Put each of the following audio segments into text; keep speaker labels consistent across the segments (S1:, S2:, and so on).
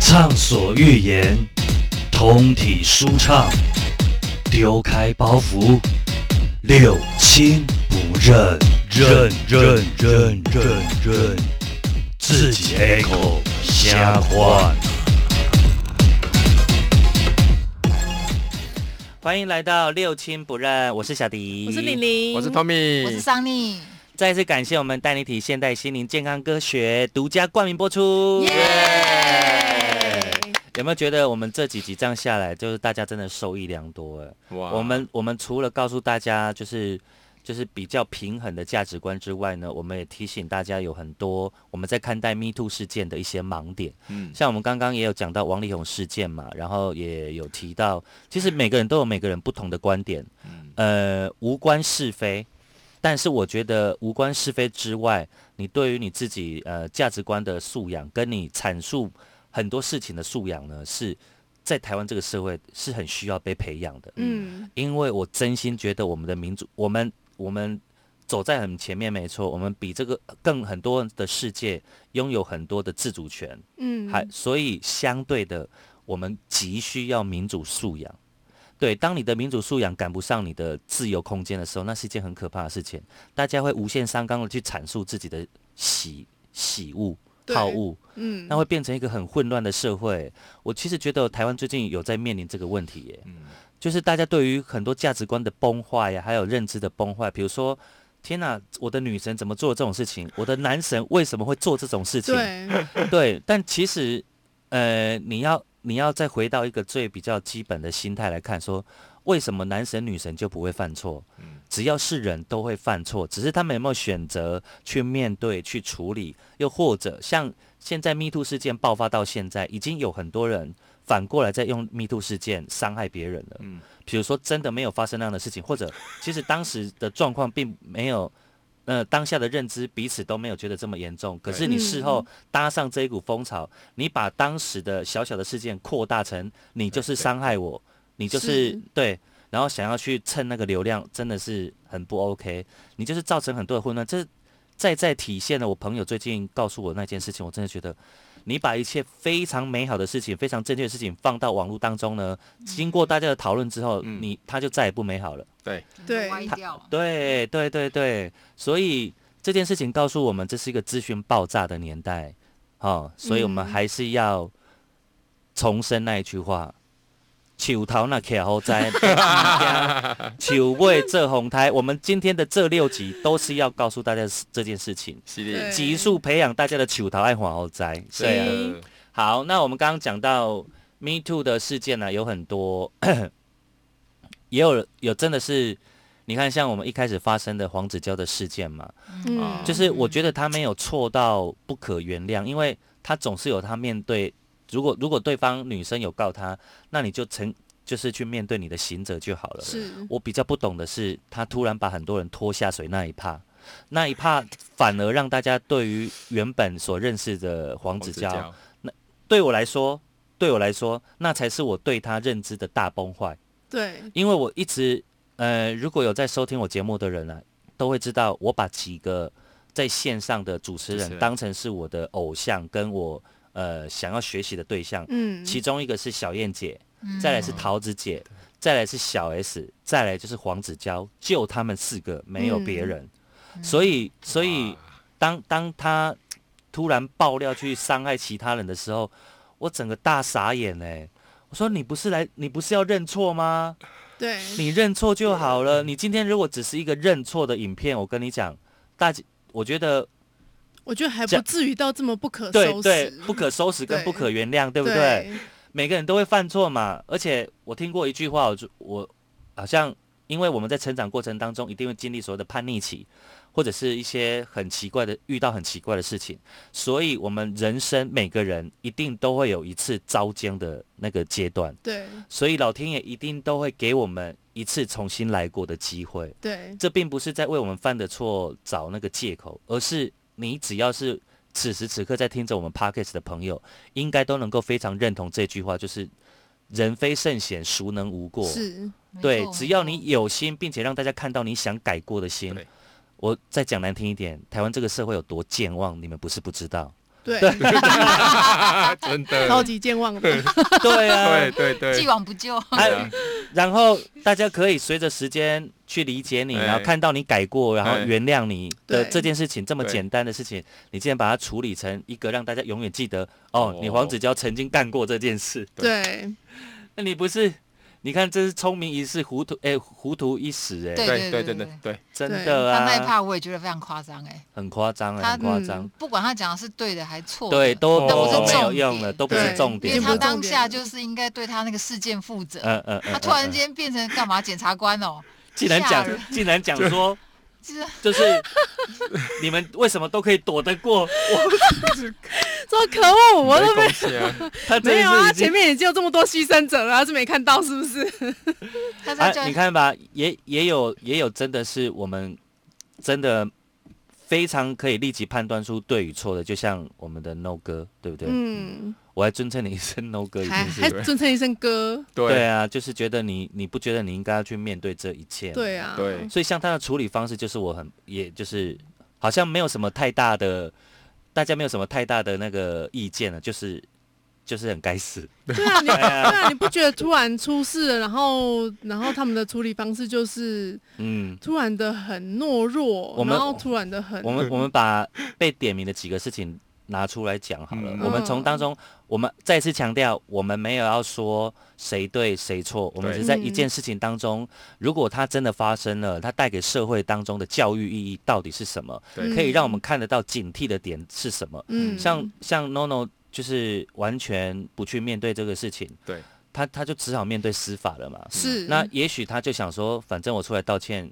S1: 畅所欲言，通体舒畅，丢开包袱，六亲不认，认认认认认，自己 A 口瞎换。
S2: 欢迎来到六亲不认，我是小迪，
S3: 我是玲。玲，
S4: 我是 Tommy，
S3: 我是桑尼，
S2: 再一次感谢我们带你体现代心灵健康科学独家冠名播出。
S3: 耶！
S2: 有没有觉得我们这几集这样下来，就是大家真的受益良多哎？
S4: 哇
S2: 我们我们除了告诉大家就是就是比较平衡的价值观之外呢，我们也提醒大家有很多我们在看待 Me Too 事件的一些盲点。
S4: 嗯
S2: 像我们刚刚也有讲到王力宏事件嘛，然后也有提到，其实每个人都有每个人不同的观点，呃，无关是非。但是我觉得无关是非之外，你对于你自己呃价值观的素养，跟你阐述很多事情的素养呢，是在台湾这个社会是很需要被培养的。
S3: 嗯，
S2: 因为我真心觉得我们的民主，我们我们走在很前面，没错，我们比这个更很多的世界拥有很多的自主权，
S3: 嗯，
S2: 还所以相对的，我们急需要民主素养。对，当你的民主素养赶不上你的自由空间的时候，那是一件很可怕的事情。大家会无限上纲的去阐述自己的喜喜恶、
S3: 对
S2: 好恶，
S3: 嗯
S2: 那会变成一个很混乱的社会。我其实觉得台湾最近有在面临这个问题耶，
S3: 嗯
S2: 就是大家对于很多价值观的崩坏呀，还有认知的崩坏，比如说。天呐，我的女神怎么做这种事情？我的男神为什么会做这种事情？
S3: 对，
S2: 对，但其实，呃，你要你要再回到一个最比较基本的心态来看说为什么男神女神就不会犯错？只要是人都会犯错，只是他们有没有选择去面对、去处理，又或者像现在 Me Too 事件爆发到现在，已经有很多人反过来在用 Me Too 事件伤害别人了。嗯，比如说真的没有发生那样的事情，或者其实当时的状况并没有。呃，当下的认知彼此都没有觉得这么严重，可是你事后搭上这一股风潮，你把当时的小小的事件扩大成你就是伤害我，你就是
S3: 是
S2: 对，然后想要去蹭那个流量，真的是很不 OK。你就是造成很多的混乱，这再再体现了我朋友最近告诉我那件事情，我真的觉得。你把一切非常美好的事情、非常正确的事情放到网络当中呢，经过大家的讨论之后，
S4: 嗯
S2: 你它就再也不美好了。
S4: 对，
S3: 对
S5: 歪
S2: 啊
S5: 掉了。
S2: 对对对对，所以这件事情告诉我们，这是一个资讯爆炸的年代，哦，所以我
S3: 嗯
S2: 们还是要重申那一句话：求桃那卡 后灾，求为这红胎。我们今天的这六集都是要告诉大家这件事情，
S4: 犀利，
S3: 对
S2: 急速培养大家的求桃爱华后灾。对啊，
S3: 是
S2: 好，那我们刚刚讲到 Me Too 的事件呢、有很多， 也有有真的是，你看像我们一开始发生的黄子佼的事件嘛，
S3: 嗯，
S2: 就是我觉得他没有错到不可原谅，因为他总是有他面对，如果如果对方女生有告他，那你就成就是去面对你的行者就好了。
S3: 是
S2: 我比较不懂的是，他突然把很多人拖下水那一趴，那一趴反而让大家对于原本所认识的黄子佼，对我来说，对我来说，那才是我对他认知的大崩坏。
S3: 对，
S2: 因为我一直，呃，如果有在收听我节目的人呢、啊都会知道我把几个在线上的主持
S4: 主持
S2: 人
S4: 人
S2: 当成是我的偶像，跟我呃想要学习的对象。
S3: 嗯，
S2: 其中一个是小燕姐，再来是桃子姐，再来是小 S，再来就是黄子佼，就他们四个，没有
S3: 嗯
S2: 别人。所以，所以当当他突然爆料去伤害其他人的时候，我整个大傻眼哎、我说你不是来，你不是要认错吗？
S3: 对，
S2: 你认错就好了。你今天如果只是一个认错的影片，我跟你讲，大家我觉得
S3: 我觉得还
S2: 这
S3: 不
S2: 样
S3: 至于到这么不可
S2: 对
S3: 收
S2: 对
S3: 拾，，
S2: 不可收拾跟
S3: 对
S2: 不可原谅，对不对？
S3: 对？
S2: 每个人都会犯错嘛。而且我听过一句话，我就我好像因为我们在成长过程当中一定会经历所谓的叛逆期，或者是一些很奇怪的遇到很奇怪的事情，所以我们人生每个人一定都会有一次遭奸的那个阶段，
S3: 对
S2: 所以老天爷一定都会给我们一次重新来过的机会。
S3: 对
S2: 这并不是在为我们犯的错找那个借口，而是你只要是此时此刻在听着我们 podcast 的朋友，应该都能够非常认同这句话，就是人非圣贤，孰能无过？
S3: 是，
S2: 对
S5: 没，错
S2: 只要你有心，并且让大家看到你想改过的心
S4: 对。
S2: 我再讲难听一点，台湾这个社会有多健忘，你们不是不知道。
S3: 对，
S4: 真
S3: 超
S4: 的，
S3: 级健忘的，
S2: 对啊
S4: 对，对
S5: 既
S4: 对，
S5: 往不咎。
S4: 哎
S2: 哎，然后大家可以随着时间去理解你，
S4: 哎
S2: 然后看到你改过，然后
S4: 哎
S2: 原谅你的
S3: 对
S2: 这件事情，这么
S4: 对
S2: 简单的事情，你竟然把它处理成一个让大家永远记得哦
S4: 哦，
S2: 你黄子佼曾经干过这件事，
S3: 对，
S2: 那你不是？你看，这是聪明一世，糊涂哎，糊涂一时哎，
S4: 对
S5: 对
S4: 对对对
S5: 对对
S4: 对，
S2: 真
S3: 对
S2: 的
S5: 他
S2: 啊，
S5: 卖怕我也觉得非常夸张哎，
S2: 很夸张啊，
S5: 他
S2: 很夸张，
S5: 不管他讲的是对的还是错的，
S2: 对，都都
S4: 哦都
S2: 都
S4: 不是
S2: 没有
S5: 重
S2: 用了，
S5: 点
S2: 都不是
S3: 对
S2: 重
S5: 因
S2: 点
S5: 为
S3: 已经
S5: 他
S2: 了，
S3: 不是重
S5: 当下
S3: 点
S5: 就是应该对他那个事件负责，
S2: 嗯嗯嗯，
S5: 他突然
S2: 嗯
S5: 间变成干嘛检察官哦，
S2: 竟然
S5: 吓人
S2: 讲，竟然讲说，
S5: 就是
S2: 就是 你们为什么都可以躲得过？
S3: 说可恶，我
S4: 没
S3: 都
S4: 关系啊，
S2: 他真
S3: 没
S2: 的
S3: 有啊，
S2: 是已
S3: 前
S2: 经。
S3: 面已经有这么多牺牲者了，他是没看到是不是？
S5: 他在叫
S2: 啊，你看吧，也也有也有，真的是我们真的非常可以立即判断出对与错的，就像我们的 No 哥，对不对？
S3: 嗯，
S2: 我还尊称你一 声 No 哥，一
S3: 还
S2: 定
S3: 还
S2: 哎是
S3: 尊称一声哥，
S2: 对
S4: 对
S2: 啊，就是觉得你你不觉得你应该要去面对这一切？
S3: 对，啊，
S4: 对，
S2: 所以像他的处理方式，就是我很也就是好像没有什么太大的，大家没有什么太大的那个意见了，就是就是很该死。
S3: 对啊，你
S2: 哎
S3: 对啊，你不觉得突然出事了，然后然后他们的处理方式就是
S2: 嗯，
S3: 突然的很懦弱，
S2: 我们
S3: 然后突然的很
S2: 我们我们把被点名的几个事情拿出来讲好了。
S4: 嗯
S2: 我们从当中，我们再次强调，我们没有要说谁对谁错，我们
S4: 对
S3: 嗯
S2: 只是在一件事情当中，如果它真的发生了，它带给社会当中的教育意义到底是什么？
S4: 对
S2: 可以让我们看得到警惕的点是什么？
S3: 嗯
S2: 像像 NONO 就是完全不去面对这个事情，
S4: 对
S2: 他他就只好面对司法了嘛。
S3: 是
S2: 嗯那也许他就想说，反正我出来道歉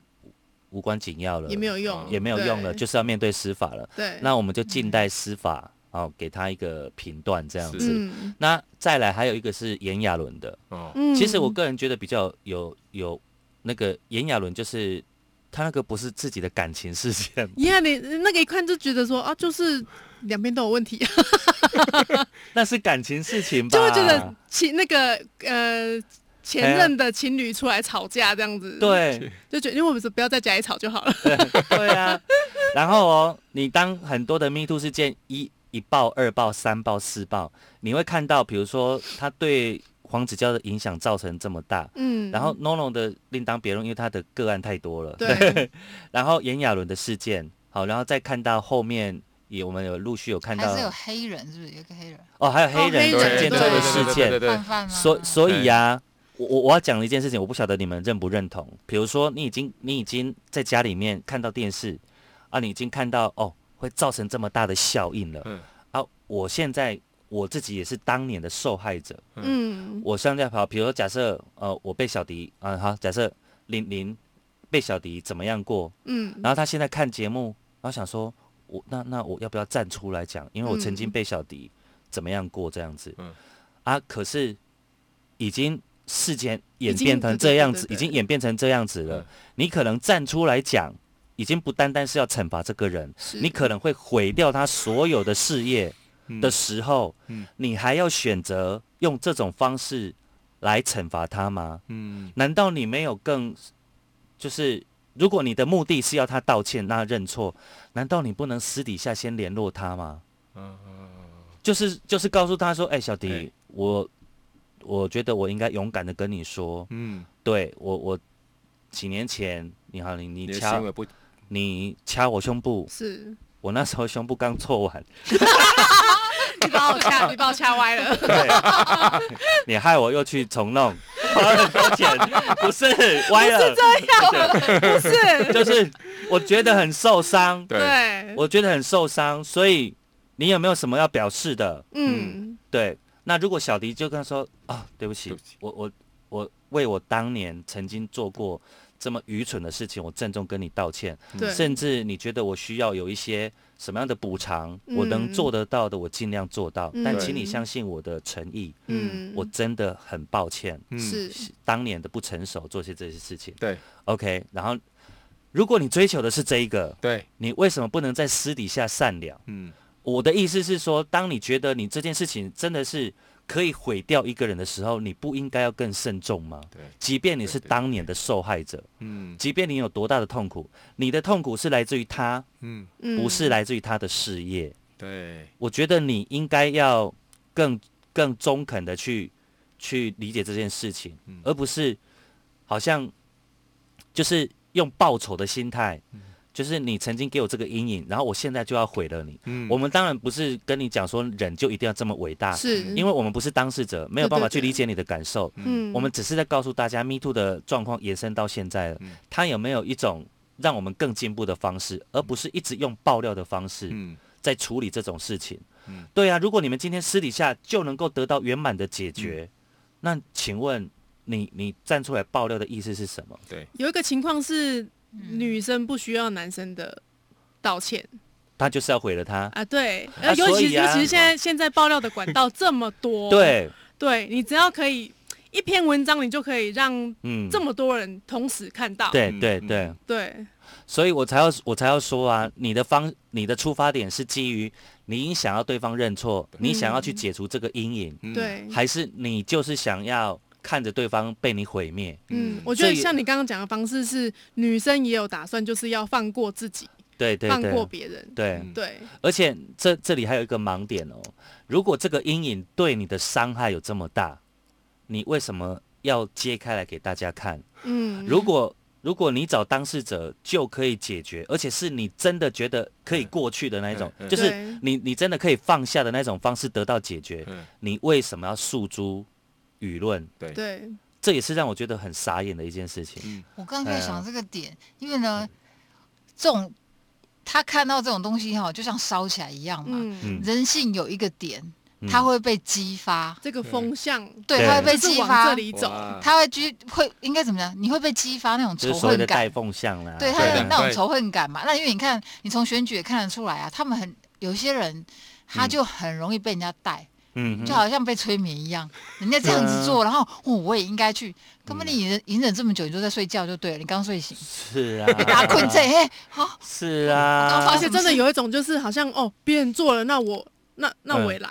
S2: 无关紧要了，
S3: 也没有用，
S2: 也没有用了，
S3: 对
S2: 就是要面对司法了。
S3: 对，
S2: 呃那我们就静待司法，哦，给他一个评断这样
S4: 是
S2: 子。
S3: 嗯
S2: 那再来还有一个是炎亚纶的，
S4: 哦，
S3: 嗯
S2: 其实我个人觉得比较有有那个炎亚纶就是他那个不是自己的感情事件，
S3: 耶你那个一看就觉得说啊，就是两边都有问题，
S2: 那是感情事情吧？
S3: 就会觉得情那个呃前任的情侣出来吵架这样子，，
S2: 哎对
S3: 就觉得因为我们说不要在家里吵就好了，
S2: 对啊。然后哦，你当很多的 Me Too 事件一一爆、二爆、三爆、四爆，你会看到，比如说他对黄子佼的影响造成这么大，
S3: 嗯，
S2: 然后 NONO 的另当别论，因为他的个案太多了。
S3: 对，
S2: 然后炎亚纶的事件，好，然后再看到后面也我们有陆续有看到
S5: 还是有黑人，是不是有一个黑人
S2: 哦，还有黑人
S3: 哦黑
S4: 对
S3: 人
S2: 建
S4: 对
S2: 州
S4: 对
S2: 的
S4: 对
S2: 事
S4: 对
S2: 件。
S4: 对
S5: 犯犯吗？
S2: 所所以啊，我我我要讲的一件事情，我不晓得你们认不认同。比如说，你已经你已经在家里面看到电视啊，你已经看到哦，会造成这么大的效应了。
S4: 嗯
S2: 啊，我现在我自己也是当年的受害者。
S3: 嗯
S2: 我上在跑，比如说假设呃，我被小迪啊、好，假设林林被小迪怎么样过，
S3: 嗯
S2: 然后他现在看节目，然后想说，我那那我要不要站出来讲？因为我曾经
S3: 嗯
S2: 被小迪怎么样过这样子，
S4: 嗯
S2: 啊，可是已经事件演
S3: 已经
S2: 变
S3: 对
S2: 成
S3: 对
S2: 这
S3: 对
S2: 样
S3: 对
S2: 子，
S3: 对
S2: 已经演变成这样子了，
S4: 嗯
S2: 你可能站出来讲，已经不单单是要惩罚这个人，你可能会毁掉他所有的事业。
S4: 嗯
S2: 的时候，
S4: 嗯
S2: 你还要选择用这种方式来惩罚他吗？
S4: 嗯
S2: 难道你没有更就是，如果你的目的是要他道歉，那认错，难道你不能私底下先联络他吗？
S4: 嗯嗯
S2: 就是就是告诉他说，哎、小迪，
S4: 哎
S2: 我我觉得我应该勇敢的跟你说，
S4: 嗯，
S2: 对我我几年前，你好，你你
S4: 你的
S2: 掐
S4: 行为不
S2: 你掐我胸部，
S3: 是，
S2: 我那时候胸部刚做完，
S3: 你把我掐，你把我掐歪了，
S2: 对，你害我又去重弄，花了很多钱，不是歪了，
S3: 不是，
S2: 就是我觉得很受伤，
S4: 对，
S3: 对，
S2: 我觉得很受伤，所以你有没有什么要表示的？
S3: 嗯
S2: 对，那如果小迪就跟他说啊，对不起
S4: 对不起，
S2: 我我我为我当年曾经做过这么愚蠢的事情，我郑重跟你道歉，
S3: 对，
S2: 嗯甚至你觉得我需要有一些什么样的补偿，
S3: 嗯
S2: 我能做得到的，我尽量做到，
S3: 嗯
S2: 但
S4: 对
S2: 请你相信我的诚意，
S3: 嗯
S2: 我真的很抱歉。
S4: 嗯
S3: 是
S2: 当年的不成熟做些这些事情。
S4: 对
S2: OK，然后如果你追求的是这一个，
S4: 对，
S2: 你为什么不能在私底下善良？
S4: 嗯
S2: 我的意思是说，当你觉得你这件事情真的是可以毁掉一个人的时候，你不应该要更慎重吗？
S4: 对，
S2: 即便你是当年的受害者，
S4: 嗯
S2: 即便你有多大的痛苦，你的痛苦是来自于他，
S4: 嗯
S3: 嗯
S2: 不是来自于他的事业。
S4: 对，
S2: 我觉得你应该要更更中肯的去去理解这件事情，
S4: 嗯
S2: 而不是好像就是用报仇的心态，
S4: 嗯
S2: 就是你曾经给我这个阴影，然后我现在就要毁了你。
S4: 嗯
S2: 我们当然不是跟你讲说人就一定要这么伟大，
S3: 是
S2: 因为我们不是当事者，没有办法
S3: 对对
S2: 去
S3: 对
S2: 理解你的感受。
S3: 嗯
S2: 我们只是在告诉大家，Me Too 的状况延伸到现在了
S4: 嗯，
S2: 它有没有一种让我们更进步的方式，而不是一直用爆料的方式
S4: 嗯
S2: 在处理这种事情
S4: 嗯？
S2: 对啊，如果你们今天私底下就能够得到圆满的解决，
S4: 嗯
S2: 那请问你你站出来爆料的意思是什么？
S4: 对，
S3: 有一个情况是
S5: 嗯
S3: 女生不需要男生的道歉
S2: 他就是要毁了他。
S3: 啊，对，
S2: 啊
S3: 呃，尤
S2: 所
S3: 其
S2: 以啊
S3: 尤其是现在现在爆料的管道这么多，，
S2: 对，
S3: 对你只要可以一篇文章，你就可以让
S2: 嗯，
S3: 这么多人同时看到，
S2: 对
S4: 嗯
S2: 对
S4: 嗯
S2: 对，
S3: 对，
S2: 所以我才要我才要说啊，你的方你的出发点是基于你想要对方认错，你想要去解除这个阴影，
S3: 嗯
S4: 嗯，
S3: 对，
S2: 还是你就是想要看着对方被你毁灭？
S3: 嗯，我觉得
S2: 这也
S3: 像你刚刚讲的方式是，女生也有打算，就是要放过自己，
S2: 对对
S3: 放过
S2: 对。
S3: 别人，
S2: 对，
S4: 嗯
S3: 对，
S2: 而且这这里还有一个盲点哦，如果这个阴影对你的伤害有这么大，你为什么要揭开来给大家看？
S3: 嗯，
S2: 如果如果你找当事者就可以解决，而且是你真的觉得可以过去的那一种，
S4: 嗯嗯
S2: 就是
S3: 对
S2: 你你真的可以放下的那种方式得到解决，
S4: 嗯
S2: 你为什么要诉诸舆论？
S4: 对，
S3: 对，
S2: 这也是让我觉得很傻眼的一件事情。
S4: 嗯
S5: 我刚刚
S2: 哎
S5: 在
S2: 呀
S5: 想这个点，因为呢，这种他看到这种东西哈，就像烧起来一样嘛。
S3: 嗯，
S2: 嗯
S5: 人性有一个点，
S2: 嗯
S5: 它会被激发，
S3: 这个风向
S5: 对，
S2: 对
S5: 它会被
S3: 就是
S5: 激
S3: 往
S5: 发
S3: 这，里走，
S4: 哇
S5: 它会激会应该怎么讲？你会被激发那种
S2: 嗯就是
S5: 仇
S2: 所谓的
S5: 恨
S2: 带
S5: 感，
S2: 风向啦，
S5: 对，
S4: 对
S5: 他有
S4: 对
S5: 那种仇恨感嘛。那因为你看，你从选举也看得出来啊，他们很有些人。他就很容易被人家带，
S2: 嗯
S5: 就好像被催眠一样。人家这样子做，然后哦，我也应该去。根本
S2: 嗯
S5: 你隐忍隐忍这么久，你都在睡觉就对了，你刚 睡醒，
S2: 是啊，
S5: 被打困在，嘿，哦好，
S2: 是
S5: 刚
S2: 啊
S5: 发
S3: 而
S5: 现，
S3: 且真的有一种就是好像哦，别人做了，那我那那我也来，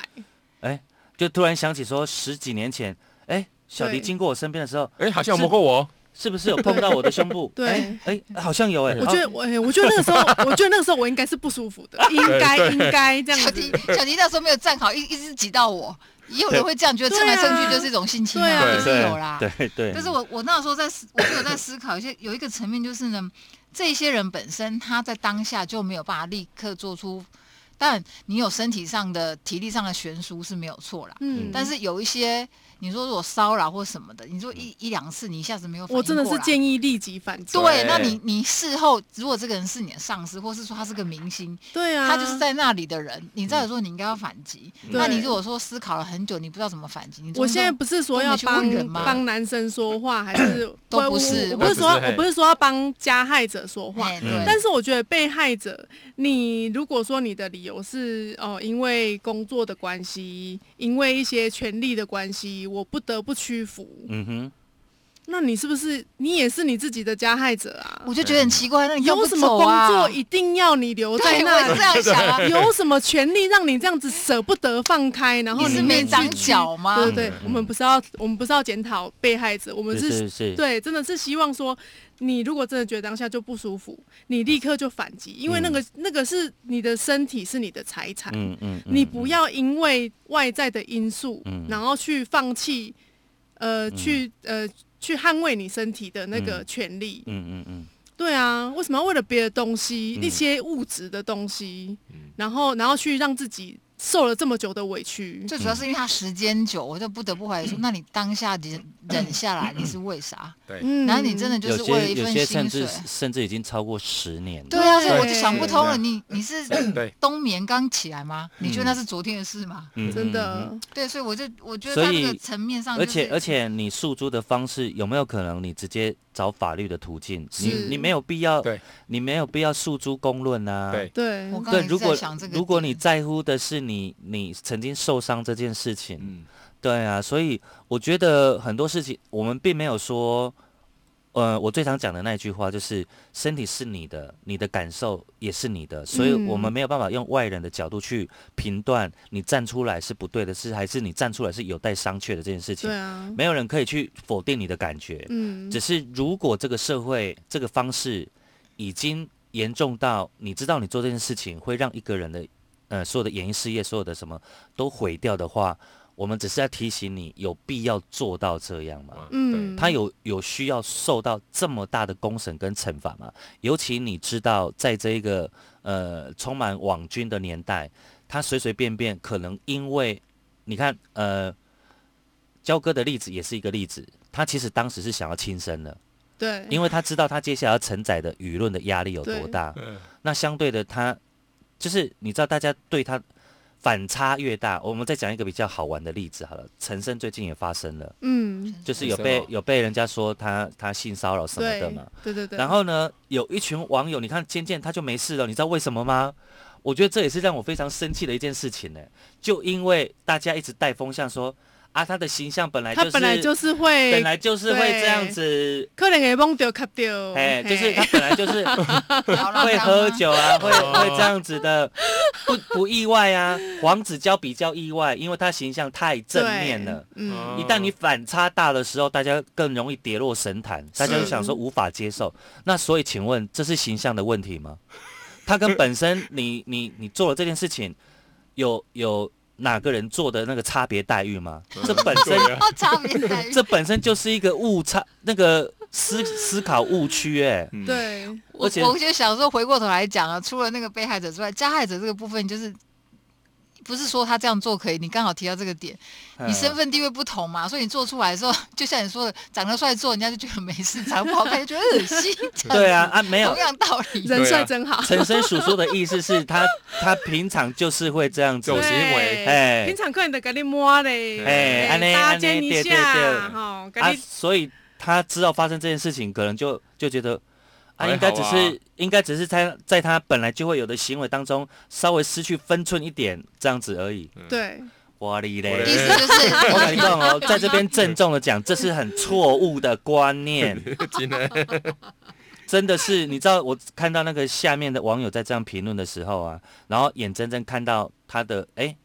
S2: 哎，就突然想起说十几年前，哎，小迪
S3: 对
S2: 经过我身边的时候，
S4: 哎，好像有摸过我，
S2: 是不是有碰到我的胸 部？
S3: 对
S2: 哎，哎，好像有哎，
S3: 我觉得
S2: 哦
S3: 我哎我觉得那个时候，我觉得那个时候我应该是不舒服的，应该应该这
S5: 小
S3: 样
S5: 迪
S3: 子，，
S5: 小迪那时候没有站好，一一直挤到我，也有人会这样觉得，蹭来蹭去就是一种性侵
S3: 对啊
S5: 也是有啦。
S2: 对对，
S5: 但是我我那时候在思，我就有在思考一些，有一个层面就是呢，这些人本身他在当下就没有办法立刻做出，当然你有身体上的、体力上的悬殊是没有错啦。
S3: 嗯，
S5: 但是有一些，你说如果骚扰或什么的，你说一一两次你一下子没有反应
S3: 我真的
S5: 过
S3: 是
S5: 来
S3: 建议立即反击，
S5: 对，那
S4: 对
S5: 你你事后如果这个人是你的上司，或是说他是个明星，
S3: 对啊，
S5: 他就是在那里的人，你照理说你应该要反击。
S3: 嗯
S5: 那你
S3: 对
S5: 如果说思考了很久，你不知道怎么反击，你
S3: 我
S5: 终于
S3: 现在
S5: 都
S3: 不是说要
S5: 都没
S3: 帮
S5: 去问人吗
S3: 帮男生说话，还是
S5: 都不是
S3: 我我不是说
S4: 都不是
S3: 我不是说要帮加害者说话，
S5: 哎
S2: 嗯
S5: 对，
S3: 但是我觉得被害者，你如果说你的理由是哦、呃因为工作的关系，因为一些权利的关系，我不得不屈服，
S2: 嗯哼，
S3: 那你是不是你也是你自己的加害者啊？
S5: 我就觉得很奇怪，那你干嘛
S3: 有
S5: 不
S3: 什么
S5: 走
S3: 工
S5: 啊？
S3: 作一定要你留在
S5: 对，我也
S3: 那
S5: 是
S3: 里
S5: 这？样想啊。
S3: 有什么权利让你这样子舍不得放开？然后
S5: 你是
S3: 里面
S5: 没
S3: 去
S5: 长
S3: 屈
S5: 脚啊吗？
S3: 对对
S2: 嗯
S3: 对
S2: 嗯，
S3: 我们不是要我们不是要检讨被害者，我们
S2: 是
S3: 是
S2: 是是，
S3: 对，真的是希望说，你如果真的觉得当下就不舒服，你立刻就反击，因为那个、那个是你的身体是你的财产，
S2: 嗯嗯，嗯
S3: 你不，要因为外在的因素，
S2: 嗯
S3: 然后去放弃，呃，去呃去捍卫你身体的那个
S2: 嗯
S3: 权利。
S2: 嗯嗯嗯
S3: 对啊，为什么要为了别的东西，
S2: 嗯
S3: 一些物质的东西，
S4: 嗯
S3: 然后然后去让自己受了这么久的委屈？
S5: 最主要是因为他时间久，我就不得不怀疑说，那你当下忍忍下来，你是为啥？
S3: 嗯
S5: 然后你真的
S2: 嗯，
S5: 就
S2: 有
S5: 是为
S2: 些
S5: 了一
S2: 有
S5: 份
S2: 些甚
S5: 薪
S2: 至
S5: 水。
S2: 甚至已经超过十年了。
S5: 对啊，所以我就
S3: 对
S5: 想不通了。
S4: 对
S5: 你你是
S4: 对
S5: 冬眠刚起来吗？你觉得那是昨天的事吗？
S2: 嗯
S3: 真。
S2: 嗯嗯
S3: 的，
S5: 对，所以我就我觉
S2: 所
S5: 得他这
S2: 以
S5: 个层面上，
S2: 而且而，且，你诉诸的方式有没有可能你直接找法律的途径？你
S3: 是
S2: 你没有必要，
S4: 对，
S2: 你没有必要诉诸公论啊。
S4: 对
S3: 对，
S5: 我刚
S2: 对，
S5: 才
S2: 如
S5: 在
S2: 果
S5: 想这个点，
S2: 如果你在乎的是你你曾经受伤这件事情，
S4: 嗯
S2: 对啊，所以我觉得很多事情我们并没有说，呃，我最常讲的那一句话就是身体是你的，你的感受也是你的，所以我
S3: 嗯
S2: 们没有办法用外人的角度去评断你站出来是不对的事，还是你站出来是有待商榷的这件事情
S3: 对，啊，
S2: 没有人可以去否定你的感觉。
S3: 嗯
S2: 只，是如果这个社会这个方式已经严重到你知道你做这件事情会让一个人的呃所有的演艺事业、所有的什么都毁掉的话，我们只是要提醒你，有必要做到这样吗？
S3: 嗯，
S2: 他有有需要受到这么大的公审跟惩罚吗？尤其你知道，在这一个呃充满网军的年代，他随随便便可能因为你看呃，焦哥的例子也是一个例子，他其实当时是想要轻生的，
S3: 对，
S2: 因为他知道他接下来要承载的舆论的压力有多大。
S4: 嗯
S2: 那相对的他，就是你知道，大家对他反差越大。我们再讲一个比较好玩的例子好了，陈升最近也发生了。
S3: 嗯，
S2: 就是有
S4: 为什
S2: 被
S4: 么
S2: 有被人家说他他性骚扰什么的
S3: 对
S2: 嘛。，
S3: 对对对，
S2: 然后呢，有一群网友，你看渐渐他就没事了，你知道为什么吗？我觉得这也是让我非常生气的一件事情呢、就因为大家一直带风向说啊，他的形象本来就
S3: 他
S2: 是
S3: 本来就是会，
S2: 本来就是会
S3: 对
S2: 这样子。
S3: 可能也蒙掉卡掉，
S2: 哎，就是
S3: 嗯
S2: 他
S3: 嘿
S2: 本来就是
S5: 好了
S2: 会喝，酒啊，会
S4: 哦
S2: 会这样子的，不不意外啊。黄子佼比较意外，因为他形象太正面了。，
S3: 对嗯，
S2: 一旦你反差大的时候，大家更容易跌落神坛，大家就想说无法接受。那所以，请问这是形象的问题吗？他跟本身你你你做了这件事情，有有哪个人做的那个差别待遇吗？这本身
S4: 对啊，
S5: 哦， 差别待遇。
S2: 这本身就是一个误差，那个思思考误区哎、
S4: 嗯，
S3: 对，
S5: 我
S2: 而且
S5: 我就想说，回过头来讲啊，除了那个被害者之外，加害者这个部分就是。不是说他这样做可以，你刚好提到这个点，
S2: 嗯
S5: 你身份地位不同嘛，所以你做出来的时候，就像你说的，长得帅做人家就觉得没事，长得不好看就觉得 恶心。
S2: 对啊，啊没有
S5: 同。样道理。
S3: 人帅真好，
S2: 陈生叔叔的意思是他他平常就是会这样子
S4: 这啊种，行为
S2: 哎
S3: 平常可能得给你摸嘞，
S2: 哎安内
S3: 搭肩一
S2: 安内对对
S3: 下，
S2: 对
S3: 哈，给
S2: 啊，
S3: 你
S2: 所以他知道发生这件事情，可能就就觉得啊，
S4: 还
S2: 应该
S4: 好
S2: 只
S4: 啊
S2: 是、应该只是在在他本来就会有的行为当中稍微失去分寸一点这样子而已。
S3: 对，
S2: 哇哩
S4: 我
S5: 意
S2: 嘞！
S5: 思就是，
S2: 我跟你讲 哦，在这边郑重的讲，这是很错误的观念，
S4: 今天
S2: 真的是你知道，我看到那个下面的网友在这样评论的时候啊，然后眼睁睁看到他的哎。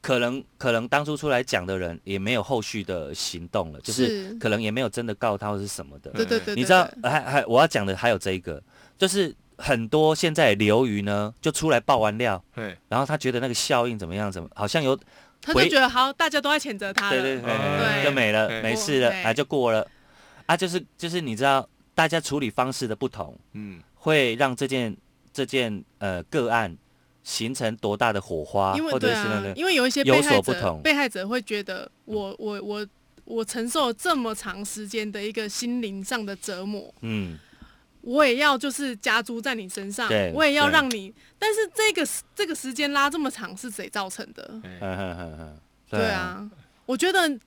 S2: 可能可能当初出来讲的人也没有后续的行动了，就是
S3: 是
S2: 可能也没有真的告他或是什么的。
S3: 对对对，
S2: 你知道
S3: 对，
S2: 还还我要讲的还有这一个，就是很多现在流鱼呢，就出来爆完料，
S4: 哎，
S2: 然后他觉得那个效应怎么样，怎么好像有，
S3: 他就觉得好，大家都在谴责他
S2: 对对
S3: 了，
S2: 对，
S4: 对
S2: 就没了，
S4: 对
S2: 没事了，
S3: 对
S2: 啊就过了，啊就是就是你知道，大家处理方式的不同，
S4: 嗯，
S2: 会让这件这件呃个案形成多大的火花，
S3: 因
S2: 或
S3: 为对
S2: 者是那
S3: 啊
S2: 个，。
S3: 因为有一些
S2: 有
S3: 被害
S2: 所不
S3: 者
S2: 同，嗯
S3: 被害者会觉得我我我我承受了这么长时间的一个心灵上的折磨，
S2: 嗯，
S3: 我也要就是加诸在你身上
S2: 对，
S3: 我也要
S2: 对
S3: 让你，但是这个时这个时间拉这么长是谁造成的？
S2: 哼
S4: 哎
S2: 哼哼哼，
S3: 对，啊，我觉得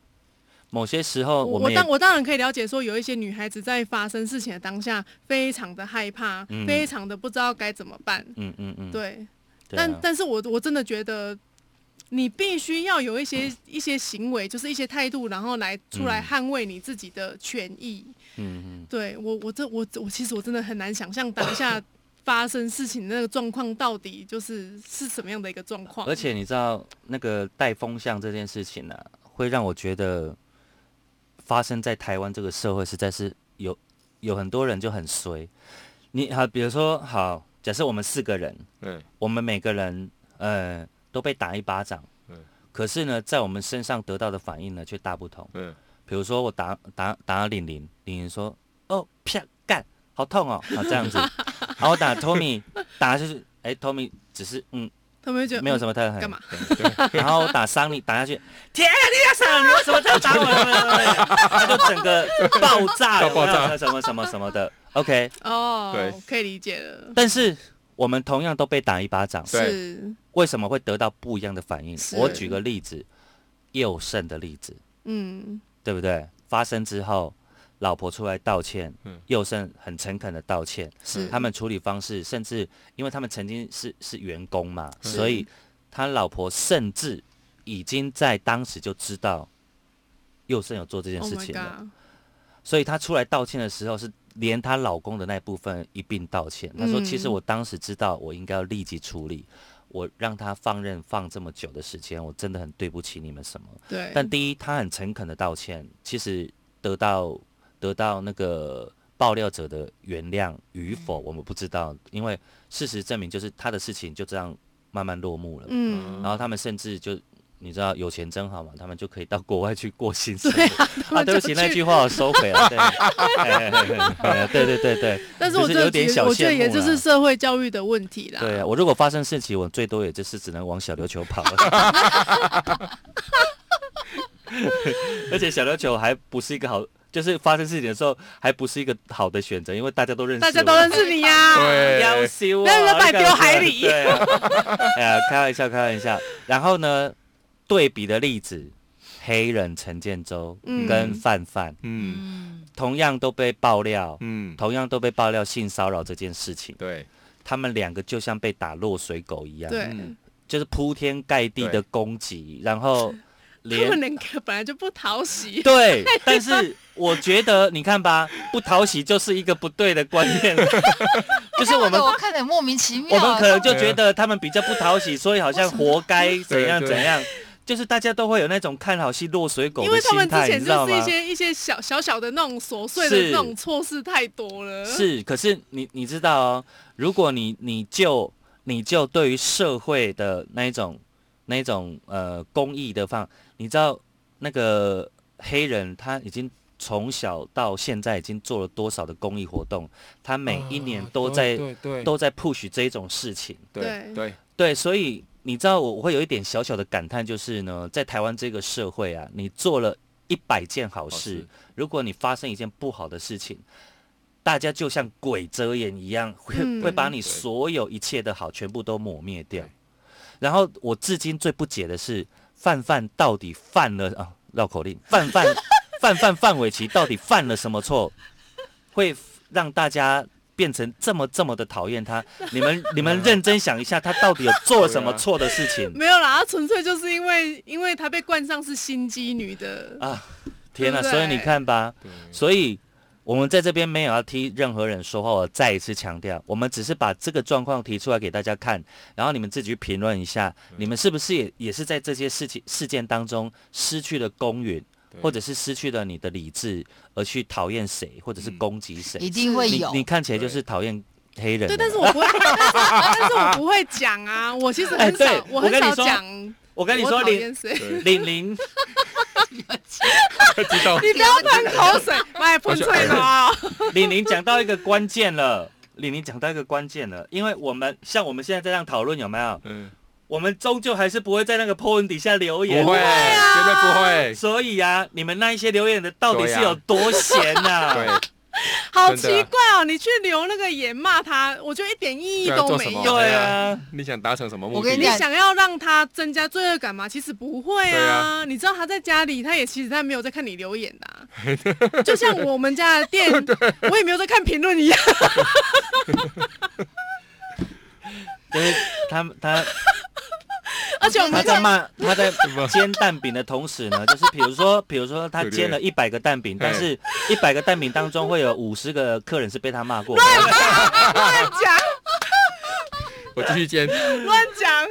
S2: 某些时候
S3: 我
S2: 哦们也
S3: 当我当然可以了解，说有一些女孩子在发生事情的当下，非常的害怕，
S2: 嗯
S3: 非常的不知道该怎么办。
S2: 嗯嗯嗯，
S3: 对，
S2: 对啊，
S3: 但但是我我真的觉得，你必须要有一些、一些行为，就是一些态度，然后来出来
S2: 嗯
S3: 捍卫你自己的权益。
S2: 嗯嗯
S3: 对我我这我我其实我真的很难想象当 下发生事情的那个状况到底就是是什么样的一个状况。
S2: 而且你知道那个带风向这件事情呢、啊，会让我觉得发生在台湾这个社会实在是有有很多人就很衰。你好，比如说好，假设我们四个人，
S4: 哎，
S2: 我们每个人呃都被打一巴掌
S4: 嗯，
S2: 可是呢，在我们身上得到的反应呢却大不同。
S4: 嗯，
S2: 比如说我打打打玲玲，玲玲说哦啪干，好痛哦，啊这样子，然后我打 Tommy 打就是哎 Tommy 只是嗯
S3: 他们会觉得
S2: 没有什
S3: 么
S2: 么太狠
S3: 干嘛，
S2: 然后打伤你打下去，天啊，你要什么？你为什么这样打我？他就整个爆炸，
S4: 大
S2: 有
S4: 爆
S2: 没有
S4: 炸
S2: 什么什么什么的。OK，
S3: 哦
S4: 对，
S3: 可以理解了，
S2: 但是我们同样都被打一巴掌，
S4: 对
S3: 是
S2: 为什么会得到不一样的反应？
S3: 是
S2: 我举个例子，佑胜的例子，
S3: 嗯。
S2: 对不对？发生之后，老婆出来道歉
S4: 嗯，
S2: 佑胜很诚恳的道歉，
S3: 是
S2: 他们处理方式，甚至因为他们曾经是是员工嘛，
S4: 是
S2: 所以他老婆甚至已经在当时就知道佑胜有做这件
S3: Oh
S2: 事
S3: my
S2: 情啊了，
S3: god！
S2: 所以她出来道歉的时候是连她老公的那部分一并道歉。她说：“
S3: 嗯
S2: 其实我当时知道我应该要立即处理，我让他放任放这么久的时间，我真的很对不起你们什么。”
S3: 对，嗯
S2: 但第一，他很诚恳的道歉，其实得到得到那个爆料者
S3: 嗯
S2: 的原谅与否，我们不知道，因为事实证明就是他的事情就这样慢慢落幕了。
S3: 嗯，
S2: 然后他们甚至就你知道有钱真好嘛，他们就可以到国外去过新生
S3: 对
S2: 活。
S3: 啊，他
S2: 啊，
S3: 们
S2: 对不
S3: 就
S2: 起，
S3: 去
S2: 那句话我收回了。对， 哎哎哎哎对对对对。
S3: 但是
S2: 就
S3: 我
S2: 是
S3: 真的
S2: 有点
S3: 觉
S2: 小
S3: 得，我觉得
S2: 羡
S3: 也
S2: 慕
S3: 就是
S2: 啦
S3: 社会教育的问题啦。
S2: 对啊，我如果发生事情，我最多也就是只能往小琉球 跑了。而且小琉球还不是一个好，就是发生事情的时候还不是一个好的选择，因为大家都认识，
S3: 大家都认识你呀、
S4: 对，
S2: 要修、啊，
S3: 不要把你
S2: 你
S3: 丢海里
S2: 对啊，哎呀，开玩笑，开玩笑。然后呢，对比的例子，黑人陈建州
S3: 嗯
S2: 跟范范、
S4: 嗯
S5: 嗯，
S2: 同样都被爆料，
S4: 嗯，
S2: 同样都被爆料性骚扰这件事情，
S4: 对，
S2: 他们两个就像被打落水狗一样，
S3: 对，
S4: 嗯
S2: 就是铺天盖地的
S4: 对
S2: 攻击，然后
S3: 他们
S2: 连
S3: 两个本来就不讨喜。
S2: 对，但是我觉得你看吧，不讨喜就是一个不对的观 念，就是我们
S5: 那个我看得莫名其妙。
S2: 我们可能就觉得他们比较不讨喜，所以好像活该怎样
S4: 对对
S2: 怎样，就是大家都会有那种看好戏落水狗
S3: 因
S2: 的
S3: 为他
S2: 心
S3: 们之
S2: 态，你
S3: 前
S2: 知
S3: 就
S2: 道
S3: 是一
S2: 吗？
S3: 些一些小小小的那种琐碎的
S2: 是
S3: 那种错事太多了，
S2: 是，可是你你知道哦，如果你你就你就对于社会的那一种那一种呃公益的放，你知道那个黑人他已经。从小到现在已经做了多少的公益活动？他每一年
S4: 啊
S2: 都在、
S4: 对对
S2: 都在 push 这种事情。
S4: 对
S3: 对
S4: 对，
S2: 对，所以你知道我我会有一点小小的感叹，就是呢，在台湾这个社会啊，你做了一百件好
S4: 好
S2: 事
S4: 事，
S2: 如果你发生一件不好的事情，大家就像鬼遮眼一样，会、
S3: 嗯
S2: 会把你
S4: 对
S2: 所有一切的好全部都抹灭掉
S4: 对。
S2: 然后我至今最不解的是，范范到底犯了啊绕口令，范范 范范范玮琪到底犯了什么错，会让大家变成这么这么的讨厌他？你们你
S4: 啊
S2: 们认真想一下，他到底有做了什么错的事情
S3: 没有啦，他纯粹就是因为因为他被冠上是心机女的，
S2: 啊？天
S3: 对
S2: 哪、
S3: 不对
S2: 所以你看吧，所以我们在这边没有要替任何人说话，我再一次强调，我们只是把这个状况提出来给大家看，然后你们自己去评论一下，你们是不是也也是在这些事情事件当中失去了公允，
S4: 对
S2: 或者是失去了你的理智，而去讨厌谁，或者是
S4: 嗯
S2: 攻击谁？
S5: 一定会
S2: 你
S5: 有，
S2: 你看起来就是讨厌黑人的
S3: 对，
S2: 啦。
S3: 但是我不会，但是但是我不会讲啊，我其实
S2: 哎
S3: 很少，
S2: 对
S3: 我
S2: 我
S3: 很
S2: 跟你
S3: 少
S2: 说
S3: 讲。
S2: 我
S3: 我
S2: 跟你说，
S3: 讨
S2: 玲
S3: 厌谁？
S4: 对，
S2: 玲玲，
S4: 知道
S3: 你不要喷口水，来喷
S4: 就
S3: 脆的啊！
S2: 李宁讲到一个关键了，李宁讲到一个关键了，因为我们像我们现在这样讨论有没有？
S4: 嗯，
S2: 我们终究还是不会在那个 po 文底下留
S4: 不
S2: 言，
S4: 会，绝对不会，
S2: 所以啊，你们那一些留言的到底是有多闲啊呐、
S4: 对，
S3: 好
S4: 真
S3: 奇
S4: 的啊
S3: 怪哦，你去留那个言骂他，我觉得一点意义
S4: 对啊
S3: 都
S4: 做
S3: 没
S4: 什么
S3: 有。
S2: 对啊，
S4: 你想达成什么目
S5: 我跟
S4: 的？
S3: 你
S5: 讲
S3: 想要让他增加罪恶感吗？其实不会
S4: 对
S3: 啊，
S4: 啊
S3: 你知道他在家里，他也其实他没有在看你留言的、 啊，就像我们家的店，我也没有在看评论一样。
S2: 就是他他
S3: 而且我
S2: 他
S3: 们
S2: 在
S3: 家
S2: 骂他在煎蛋饼的同时 呢，就是比如说比如说他煎了一百个蛋饼，但是一百个蛋饼当中会有五十个客人是被他骂过的，
S3: 乱讲
S4: 我继续煎，
S3: 乱讲，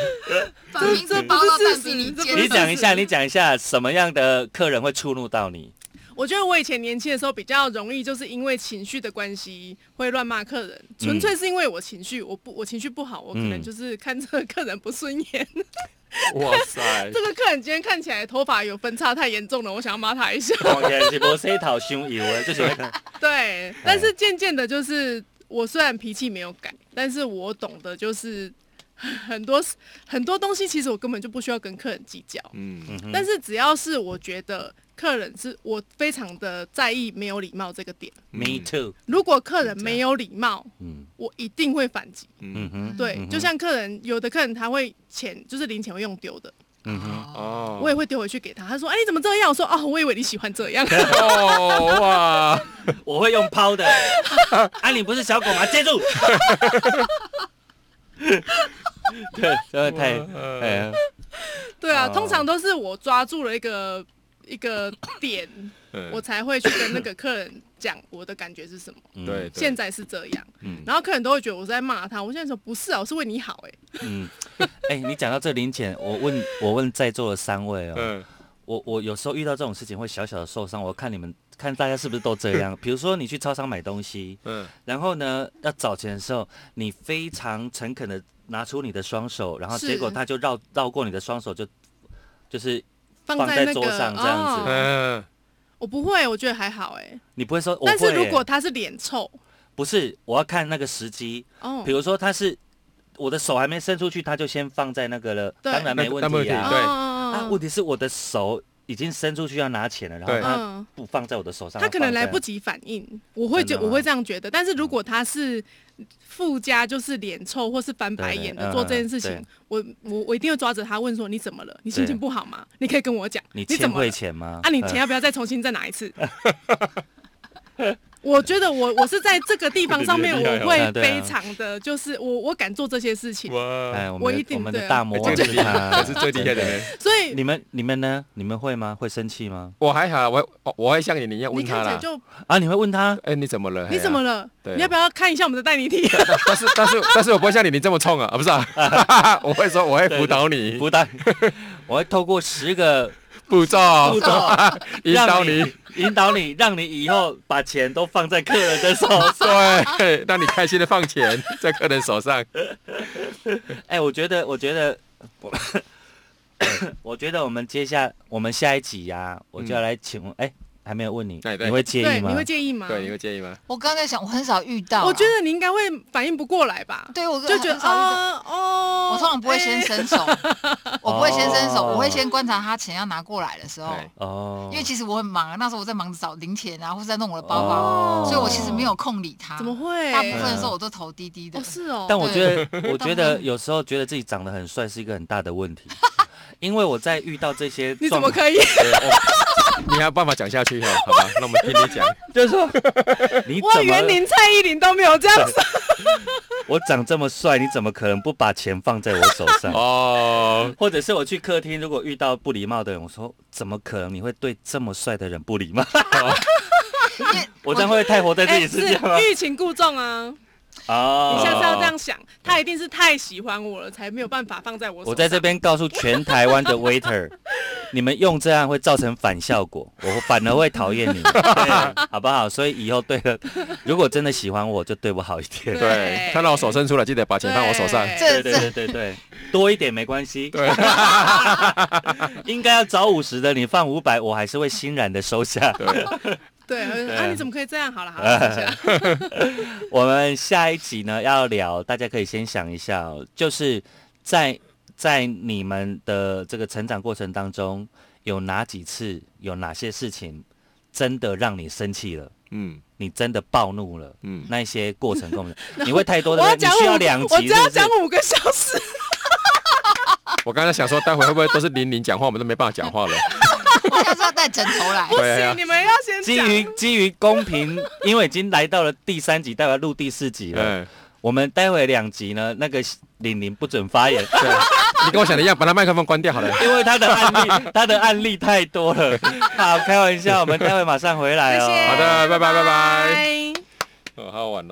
S5: 把名字包到蛋饼里
S3: 这不是事实
S5: 煎。
S2: 你讲一下，你讲一下什么样的客人会触怒到 你？
S3: 我觉得我以前年轻的时候比较容易，就是因为情绪的关系会乱骂客人，纯粹是因为我情绪，我不我情绪不好，我可能
S2: 嗯
S3: 就是看这个客人不顺眼。
S4: 哇塞
S3: 这，个客人今天看起来头发有分叉太严重了，我想要骂他 一下。
S2: 看起哦来是无洗头伤油的，就是那
S4: 嗯
S2: 个。哎
S3: 对，但是渐渐的，就是我虽然脾气没有改，但是我懂得就是很多很多东西，其实我根本就不需要跟客人计较。
S4: 嗯，
S3: 但是只要是我觉得客人是我非常的在意没有礼貌这个点，
S2: Me too。
S3: 如果客人没有礼貌，
S2: 嗯
S3: 我一定会反击。
S2: 嗯
S4: 嗯，
S2: 哼，
S3: 对，
S2: 嗯哼
S3: 就像客人有的客人他会钱就是零钱会用丢的，
S2: 嗯哼，
S4: 哦，
S3: 我也会丢回去给他。他说：“哎、你怎么这样？”我说：“哦，我以为你喜欢 这样。”
S4: 哦哇，
S2: 我会用抛的。 啊，你不是小狗吗？接住。对，真的太，
S4: 哇
S2: 哎呀，
S3: 对啊，
S2: 哦
S3: 通常都是我抓住了一个一个 点，
S4: 嗯
S3: 我才会去跟那个客人讲我的感觉是什么。
S2: 嗯
S4: 对，，
S3: 现在是这样，
S4: 嗯
S3: 然后客人都会觉得我是在骂他。我现在说不是啊，我是为你好哎、
S2: 嗯，哎，你讲到这零钱，我问，我问在座的三位哦，
S4: 嗯
S2: 我我有时候遇到这种事情会小小的受伤，我看你们，看大家是不是都这 样？比如说你去超商买东西，
S4: 嗯
S2: 然后呢，要找钱的时候，你非常诚恳的拿出你的双手，然后
S3: 是
S2: 结果他就绕绕过你的双手就，就是
S3: 放
S2: 放在
S3: 那
S2: 桌
S3: 个
S2: 上这样子
S3: 哦
S4: 嗯，
S3: 我不会，我觉得还好哎、
S2: 你不会说我会、
S3: 但
S2: 欸。
S3: 是如果他是脸臭，
S2: 不是，我要看那个时机，
S3: 哦
S2: 比，如说他是我的手还没伸出去，他就先放在那个了，
S3: 对
S2: 当然没问题
S4: 那
S2: 啊。
S4: 个对
S2: 啊，
S3: 啊
S2: 问题是我的手已经伸出去要拿钱了，然后
S4: 对
S2: 他
S3: 嗯，
S2: 不放在我的手上，
S3: 他可能来不
S2: 及。
S3: 及反应，我会觉
S2: 真的吗嗯
S3: 我会这样觉得。但是如果他是附加就是脸臭或是翻白眼
S2: 对
S3: 的
S2: 对
S3: 做这件事
S2: 嗯
S3: 情，我我我一定会抓着他问说你怎么了？你心情
S2: 对
S3: 不好吗？你可以跟我讲，
S2: 你
S3: 怎
S2: 欠
S3: 么
S2: 会
S3: 了？
S2: 钱吗？嗯
S3: 啊，你钱要不要再重新再拿一次？ 我觉得我我是在这个地方上 面，
S4: 你很厉害哦
S3: 我
S2: 对啊
S3: 会
S2: 对啊
S3: 非常的就是我我敢做这些事情，
S2: 呃。
S4: 哇，
S2: 哎，我
S3: 我
S2: 们
S3: 一
S2: 的
S3: 定
S2: 我们
S3: 对
S2: 的
S3: 啊
S2: 大魔王就
S4: 这个
S2: 是
S4: 厉害
S2: 他，
S4: 可是最厉害的人。
S3: 所以
S2: 你们你们呢？你们会吗？会生气吗？
S4: 我还好，我我我会像你一样
S3: 你
S4: 问他
S3: 看起来
S4: 啦。
S3: 就
S2: 啊，你会问他？
S4: 哎，你怎么了？
S3: 你怎么
S4: 了？
S3: 了？
S4: 对啊
S3: 你要不要看一下我们的带你 体？
S4: 但是但是但是我不会像你你这么冲啊，啊 不是啊，我会说我会辅导你
S2: 不但 我会透过十 个
S4: 步骤
S2: 步骤，
S4: 哦引导你
S2: 让，你，引导你，让你以后把钱都放在客人的手上。
S4: 对，让你开心的放 钱在客人手上。
S2: 哎、我觉得，我觉得，我我觉得我们接下我们下一集呀、我就要来请问，哎、还没有问你，
S4: 对嗯哎对
S2: 你会介
S3: 对，
S2: 意
S3: 你
S2: 吗？
S3: 会介意吗？
S4: 对，你会介意吗？
S5: 我刚才想，我很少遇到啊，
S3: 我觉得你应该会反应不过来吧？
S5: 对我
S3: 就觉得
S5: 很少遇到
S3: 哦哦，
S5: 我通常不会先啊
S3: 哎
S5: 伸手，我不会先伸手，
S2: 哦
S5: 我会先观察他钱要拿过来的时候，
S4: 对
S2: 哦，
S5: 因为其实我很忙，啊那时候我在忙着找零钱啊，或是在弄我的包包，
S2: 哦
S5: 所以我其实没有空理他。
S3: 哎怎么？会？
S5: 大部分的时候我都投滴滴的
S3: 哦，。是哦，
S2: 但我觉得，我
S5: 当
S2: 觉
S5: 然
S2: 得有时候觉得自己长得很帅是一个很大的问题， 因为我在遇到这些
S3: 你
S2: 状
S3: 怎么可以？
S4: 对我你还有办法讲下去哦，好吧？那我们听 你讲。
S2: 就是说你
S3: 哇，
S2: 怎
S3: 园
S2: 么
S3: 林蔡依林都没有这样子，
S2: 我长这么帅，你怎么可能不把钱放在我手 上？
S4: 哦，
S2: 或者是我去客厅，如果遇到不礼貌的人，我说怎么可能你会对这么帅的人 不礼貌？
S5: 因为
S2: 我 这样会不会太活在自己世
S3: 是
S2: 界吗？
S3: 欲擒故纵啊！
S2: 哦，
S3: 哎你下次要这样想，他一定是太喜欢我了，才没有办法放在我手上。
S2: 我在这边告诉全台湾的 waiter，你们用这样会造成反效果，我反而会讨 厌你们，对好不好？所以以后对了，如果真的喜欢我，就对我好一点。
S4: 对，看到我手伸出来，记得把钱放我手上。
S3: 对
S2: 对
S5: 这
S2: 对
S5: 这
S2: 对对对，多一点没关系。
S4: 对，
S2: 应该要找五十的，你放五百，我还是会欣然的收下。
S3: 对，
S2: 对
S3: 啊，你怎么可以这样？好了好了，等一下
S2: 我们下一集呢要聊，大家可以先想一下、哦，就是在在你们的这个成长过程当中，有哪几次，有哪些事情真的让你生气了，
S4: 嗯
S2: 你真的暴怒了，
S4: 嗯，
S2: 那一些过程中， 你会太多
S3: 我
S2: 的，
S3: 要
S2: 你
S3: 讲
S2: 需要
S3: 五
S2: 两
S3: 个，
S2: 集，
S3: 我只要
S2: 是
S3: 讲
S2: 不
S3: 五个小时，
S4: 我刚才想说，待会会不会都是玲玲讲话，我们都没办法讲话了。
S5: 我下次要带枕头来
S3: 不。
S4: 对啊
S3: 行，你们要先
S2: 是基
S3: 讲。
S2: 于基于公平，因为已经来到了第三集，待会要录第四集了。
S4: 嗯，
S2: 我们待会两集呢，那个玲玲不准发言，对。
S4: 你跟我想的一样，把那麦克风关掉好了。
S2: 因为他的案例，他的案例太多了。好，开玩笑，我们待会马上回来哦。
S3: 谢谢
S4: 好的拜拜拜拜
S3: 拜。
S4: 哦，好好玩哦。